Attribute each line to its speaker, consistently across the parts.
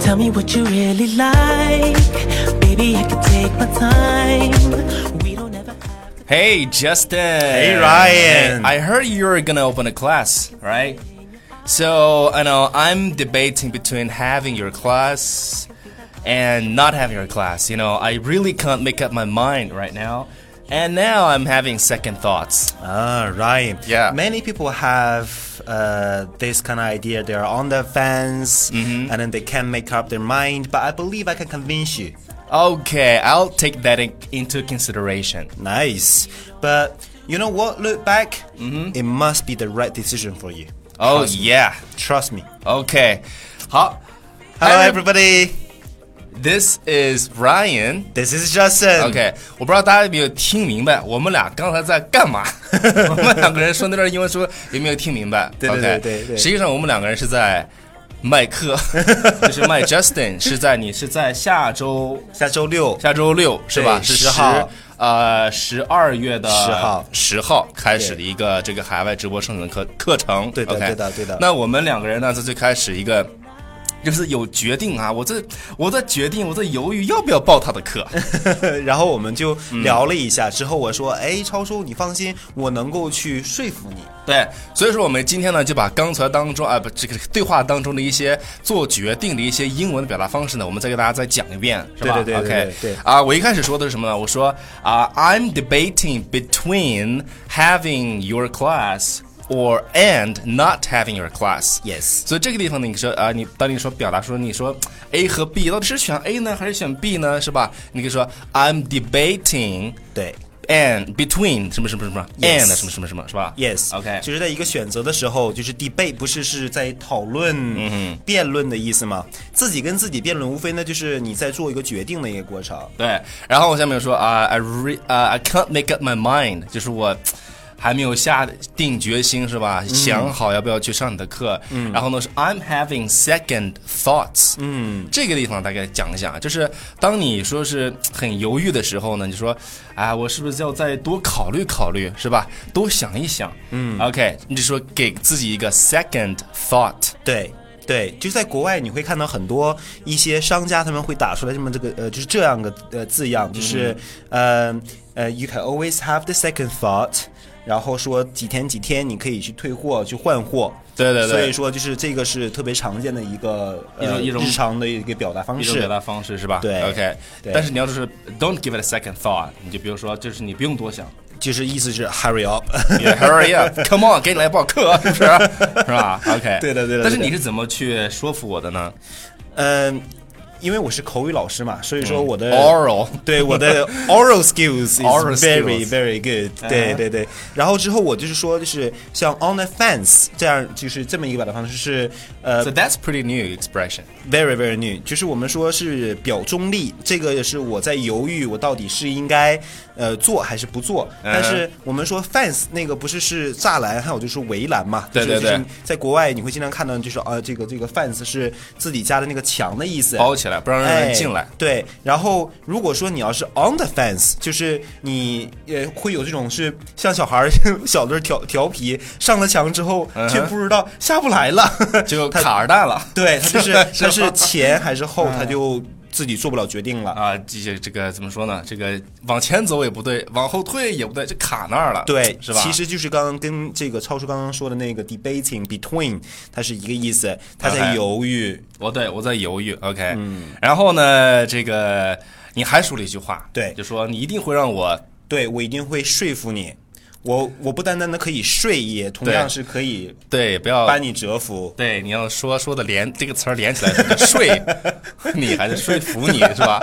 Speaker 1: Tell me what you really like. Baby, I can take my time. We don't ever have to.
Speaker 2: Hey, Justin. Hey,
Speaker 3: Ryan.
Speaker 2: I heard you're gonna open a class, right? So, I know I'm debating between having your class and not having your class. You know, I really can't make up my mind right now. And now I'm having second thoughts.
Speaker 3: Ah, right.
Speaker 2: Yeah.
Speaker 3: Many people have uh, this kind of idea. They are on the fence, and then they can't make up their mind. But I believe I can convince you.
Speaker 2: Okay, I'll take that in- into consideration.
Speaker 3: Nice. But you know what? Look back. It must be the right decision for you.
Speaker 2: Oh, yeah.
Speaker 3: Trust me.
Speaker 2: Okay. 好
Speaker 3: Hello,
Speaker 2: Hi,
Speaker 3: everybody.
Speaker 2: This is Ryan.
Speaker 3: This is Justin.
Speaker 2: OK，我不知道大家有没有听明白，我们俩刚才在干 嘛？我们两个人说那段英文说有没有听明白？
Speaker 3: 对对
Speaker 2: OK
Speaker 3: 对对对
Speaker 2: 实际上我们两个人是在麦克， 就是麦 Justin 是在你是在下周
Speaker 3: 下周 六
Speaker 2: 下周六是吧？
Speaker 3: 对
Speaker 2: 是
Speaker 3: 10号
Speaker 2: 呃十二月的
Speaker 3: 10号
Speaker 2: 十号开始的一个这个海外直播生存课课程。
Speaker 3: 对的
Speaker 2: OK
Speaker 3: 对的对的
Speaker 2: 那我们两个人呢，在最开始一个。就是有决定啊！我在我在决定，我在犹豫要不要报他的课。
Speaker 3: 然后我们就聊了一下，之后我说：“哎，超叔，你放心，我能够去说服你。
Speaker 2: 对，所以说我们今天呢，就把刚才当中啊不这个对话当中的一些做决定的一些英文的表达方式呢，我们再给大家再讲一遍，是吧？
Speaker 3: 对对对
Speaker 2: o
Speaker 3: 对
Speaker 2: k
Speaker 3: 对对
Speaker 2: 啊，我一开始说的是什么呢？我说啊、i m debating between having your class or and not having your class。
Speaker 3: Yes
Speaker 2: 所以这个地方呢，你说啊，你当你说表达说你说 A 和 B 到底是选 A 呢，还是选 B 呢？是吧？你可以说 I'm debating。”
Speaker 3: 对
Speaker 2: and between 什么什么什么
Speaker 3: Yes
Speaker 2: and 什么什么什么是吧
Speaker 3: ，yes，
Speaker 2: OK，
Speaker 3: 就是在一个选择的时候，就是 debate 不是是在讨论、
Speaker 2: 嗯
Speaker 3: 辩论的意思吗？自己跟自己辩论，无非呢就是你在做一个决定的一个过程。
Speaker 2: 对，然后我下面说啊、i re 啊、I can't make up my mind，就是我还没有下定决心是吧？想好要不要去上你的课。嗯，然后呢是 I'm having second thoughts。嗯，这个地方大概讲一下啊，就是当你说是很犹豫的时候呢，你说啊，我是不是要再多考虑考虑是吧？多想一想。嗯，OK，你就说给自己一个 second thought。
Speaker 3: 对对，就在国外你会看到很多一些商家他们会打出来这么这个呃，就是这样的呃字样，就是、
Speaker 2: 嗯
Speaker 3: 呃呃，you can always have the second thought。然后说几天几天你可以去退货去换货，
Speaker 2: 对对对
Speaker 3: 所以说就是这个是特别常见的一个
Speaker 2: 一种
Speaker 3: 呃
Speaker 2: 一种
Speaker 3: 日常的一个表达方
Speaker 2: 一
Speaker 3: 式，
Speaker 2: 种表达方式是吧？
Speaker 3: 对
Speaker 2: ，OK
Speaker 3: 对。
Speaker 2: 但是你要是 don't give it a second thought，你就比如说，就是你不用多想
Speaker 3: 就是意思是 hurry up，
Speaker 2: Yeah,，hurry up，come on，给你来报课， 是不是？是吧？OK。
Speaker 3: 对的对的
Speaker 2: 但是
Speaker 3: 对的
Speaker 2: 你是怎么去说服我的呢
Speaker 3: 嗯，因为我是口语老师嘛，所以说我的、
Speaker 2: 嗯？Oral。
Speaker 3: 对我的 oral skills
Speaker 2: Oral
Speaker 3: is very
Speaker 2: skills
Speaker 3: very good，对
Speaker 2: 嗯
Speaker 3: 对对。然后之后我就是说，就是像 on the fence 这样，就是这么一个表达方式是呃
Speaker 2: So that's pretty new expression.
Speaker 3: very very new，就是我们说是表中立，这个也是我在犹豫我到底是应该呃做还是不做。但
Speaker 2: 嗯
Speaker 3: 是我们说 fence 那个不是是栅栏，还有就是围栏嘛，
Speaker 2: 对
Speaker 3: 就是
Speaker 2: 对对
Speaker 3: 就是在国外你会经常看到，就是啊这个这个 fence 是自己家的那个墙的意思，
Speaker 2: 包起来，不让人
Speaker 3: 哎
Speaker 2: 进来。
Speaker 3: 对，然后如果说你要是 on the fence，就是你也会有这种是像小孩儿 小的时候调调皮，上了墙之后
Speaker 2: 嗯哼
Speaker 3: 却不知道下不来了，
Speaker 2: 就
Speaker 3: 他
Speaker 2: 卡尔蛋了。
Speaker 3: 对他就
Speaker 2: 是
Speaker 3: 是他
Speaker 2: 吧嗯
Speaker 3: 是前还是后，他就自己做不了决定了。
Speaker 2: 啊，这些这个怎么说呢？这个往前走也不对，往后退也不对，就卡那儿了，
Speaker 3: 对，
Speaker 2: 是吧？
Speaker 3: 其实就是刚刚跟这个超叔刚刚说的那个 debating between，它是一个意思，他在
Speaker 2: OK
Speaker 3: 犹豫。
Speaker 2: 我对我在犹豫，OK，嗯，然后呢，这个你还说了一句话，
Speaker 3: 对
Speaker 2: 就说你一定会让我
Speaker 3: 对我一定会说服你，我我不单单的可以睡，也同样
Speaker 2: 对
Speaker 3: 是可以
Speaker 2: 对不要
Speaker 3: 把你折服。
Speaker 2: 对你要说说的连这个词儿连起来说就 睡你还是说服你是吧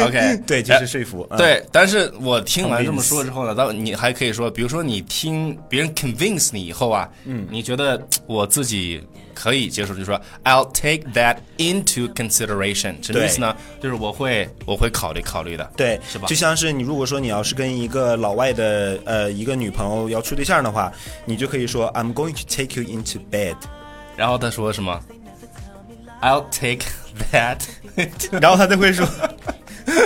Speaker 2: ？OK，
Speaker 3: 对，就是说服。嗯
Speaker 2: 对，但是我听完这么说之后呢，到你还可以说，比如说你听别人 convince 你以后啊，嗯，你觉得我自己可以接受，就说 I'll take that into consideration，什么
Speaker 3: 对
Speaker 2: 意思呢？就是我会我会考虑考虑的，
Speaker 3: 对，
Speaker 2: 是吧
Speaker 3: 就像是你如果说你要是跟一个老外的呃一个女朋友要处对象的话，你就可以说 I'm going to take you into bed，
Speaker 2: 然后他说什么？I'll take that，
Speaker 3: 然后他就会说，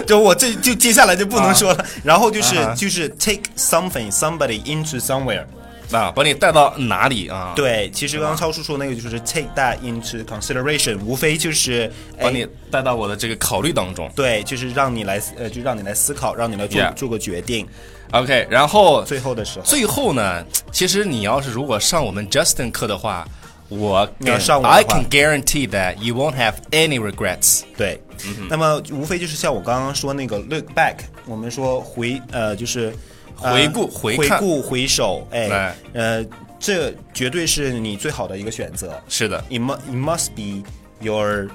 Speaker 3: 就我这
Speaker 2: 啊
Speaker 3: 就接下来就不能说了，然后就是、就是 take something somebody into somewhere，
Speaker 2: 啊，把你带到哪里啊？，
Speaker 3: 对，其实刚刚超叔说那个就是 take that into consideration，无非就是
Speaker 2: 把
Speaker 3: 哎
Speaker 2: 你带到我的这个考虑当中。
Speaker 3: 对，就是让你来呃，就让你来思考，让你来做
Speaker 2: Yeah
Speaker 3: 做个决定。
Speaker 2: OK，然后
Speaker 3: 最后的时候，
Speaker 2: 最后呢，其实你要是如果上我们 Justin 课的话，我
Speaker 3: 你要上我的话
Speaker 2: I can guarantee that you won't have any regrets。
Speaker 3: 对，
Speaker 2: 嗯
Speaker 3: 那么无非就是像我刚刚说那个 look back，我们说回呃就是、呃
Speaker 2: 回顾
Speaker 3: 回
Speaker 2: 回看
Speaker 3: 顾回首，哎
Speaker 2: 哎，
Speaker 3: 呃，这绝对是你最好的一个选择。
Speaker 2: 是的
Speaker 3: It must it must be your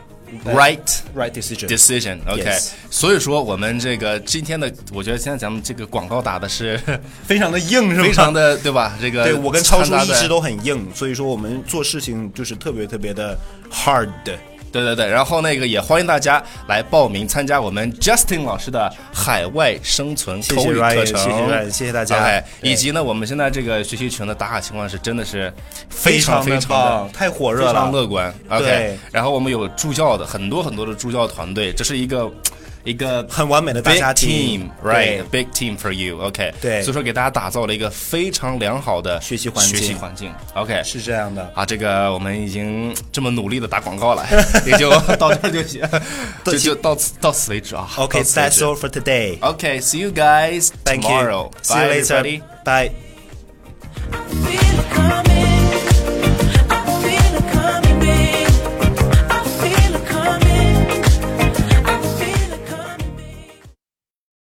Speaker 2: ，right。
Speaker 3: right decision。
Speaker 2: decision。OK，、
Speaker 3: Yes
Speaker 2: 所以说我们这个今天的，我觉得现在咱们这个广告打的是
Speaker 3: 非常的硬是吧？
Speaker 2: 非常的，对吧？这个
Speaker 3: 对我跟超叔
Speaker 2: 掺杂
Speaker 3: 一
Speaker 2: 在
Speaker 3: 直都很硬，所以说我们做事情就是特别特别的 hard。
Speaker 2: 对对对。然后那个也欢迎大家来报名参加我们 Justin 老师的海外生存
Speaker 3: 谢
Speaker 2: 口
Speaker 3: 谢
Speaker 2: 语
Speaker 3: Ryan，
Speaker 2: 课程，
Speaker 3: 谢谢 Ryan，谢谢大家
Speaker 2: OK，
Speaker 3: 对
Speaker 2: 以及呢，我们现在这个学习群的打卡情况是真的是非
Speaker 3: 非
Speaker 2: 常
Speaker 3: 常
Speaker 2: 非
Speaker 3: 的
Speaker 2: 常的
Speaker 3: 棒，太火
Speaker 2: 非
Speaker 3: 热
Speaker 2: 常
Speaker 3: 了。
Speaker 2: 乐观。
Speaker 3: 对
Speaker 2: OK，然后我们有助教的很多很多的助教团队，这是一个一个
Speaker 3: 很完美的大
Speaker 2: big
Speaker 3: 家庭
Speaker 2: team right
Speaker 3: 对
Speaker 2: a big team for you OK
Speaker 3: 对
Speaker 2: 所以说给大家打造了一个非常良好的
Speaker 3: 学习环境
Speaker 2: 学习环境 OK
Speaker 3: 是这样的，
Speaker 2: 啊，这个我们已经这么努力的打广 告了，也就到这儿就行，就就到此到此为止啊。到此为止
Speaker 3: OK，that's all for today.
Speaker 2: OK，see you guys
Speaker 3: Thank
Speaker 2: tomorrow.
Speaker 3: you. See you
Speaker 2: Bye,
Speaker 3: later.
Speaker 2: everybody.
Speaker 3: Bye.
Speaker 1: Feel it coming.